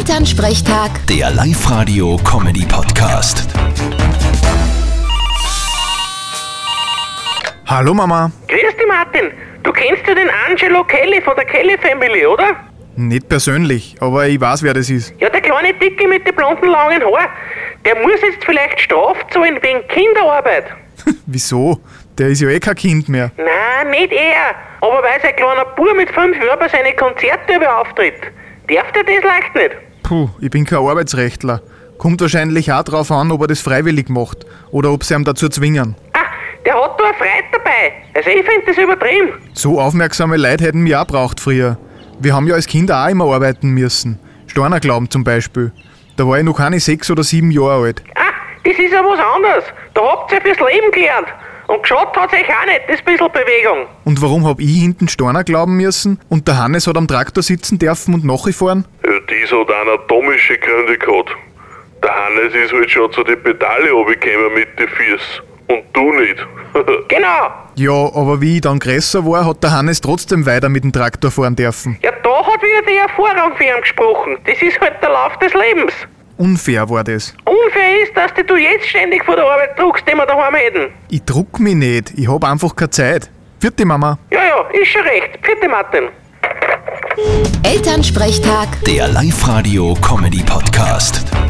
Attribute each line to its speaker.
Speaker 1: Elternsprechtag,
Speaker 2: Der Live-Radio-Comedy-Podcast.
Speaker 3: Hallo Mama.
Speaker 4: Grüß dich, Martin. Du kennst ja den Angelo Kelly von der Kelly Family, oder?
Speaker 3: Nicht persönlich, aber ich weiß, wer das ist.
Speaker 4: Ja, der kleine Dicke mit den blonden langen Haaren. Der muss jetzt vielleicht Straf zahlen wegen Kinderarbeit.
Speaker 3: Wieso? Der ist ja eh kein Kind mehr.
Speaker 4: Nein, nicht er. Aber weil sein kleiner Bub mit fünf Jahren bei seinen Konzerten beauftritt. Darf der das leicht nicht?
Speaker 3: Puh, ich bin kein Arbeitsrechtler. Kommt wahrscheinlich auch drauf an, ob er das freiwillig macht oder ob sie ihn dazu zwingen.
Speaker 4: Ach, Ah, der hat da eine Freude dabei. Also ich finde das übertrieben.
Speaker 3: So aufmerksame Leute hätten wir auch braucht früher. Wir haben ja als Kinder auch immer arbeiten müssen. Stornerglauben zum Beispiel. Da war ich noch keine sechs oder sieben Jahre alt.
Speaker 4: Ah, das ist ja was anderes. Da habt ihr fürs Leben gelernt. Und geschaut hat euch auch nicht, das bisschen Bewegung.
Speaker 3: Und warum hab ich hinten Storner glauben müssen und der Hannes hat am Traktor sitzen dürfen und nachgefahren?
Speaker 5: Äh, Das hat anatomische Gründe gehabt. Der Hannes ist halt schon zu den Pedale runtergekommen mit den Füßen. Und du nicht.
Speaker 4: Genau.
Speaker 3: Ja, aber wie ich dann größer war, hat der Hannes trotzdem weiter mit dem Traktor fahren dürfen.
Speaker 4: Ja, da hat wieder die Erfahrung für ihn gesprochen. Das ist halt der Lauf des Lebens.
Speaker 3: Unfair war das.
Speaker 4: Unfair ist, dass dich du jetzt ständig vor der Arbeit druckst, die wir daheim hätten.
Speaker 3: Ich druck mich nicht, ich hab einfach keine Zeit. Vierte Mama.
Speaker 4: Ja, ja, ist schon recht. Bitte, Martin.
Speaker 1: Elternsprechtag.
Speaker 2: Der Live-Radio-Comedy-Podcast.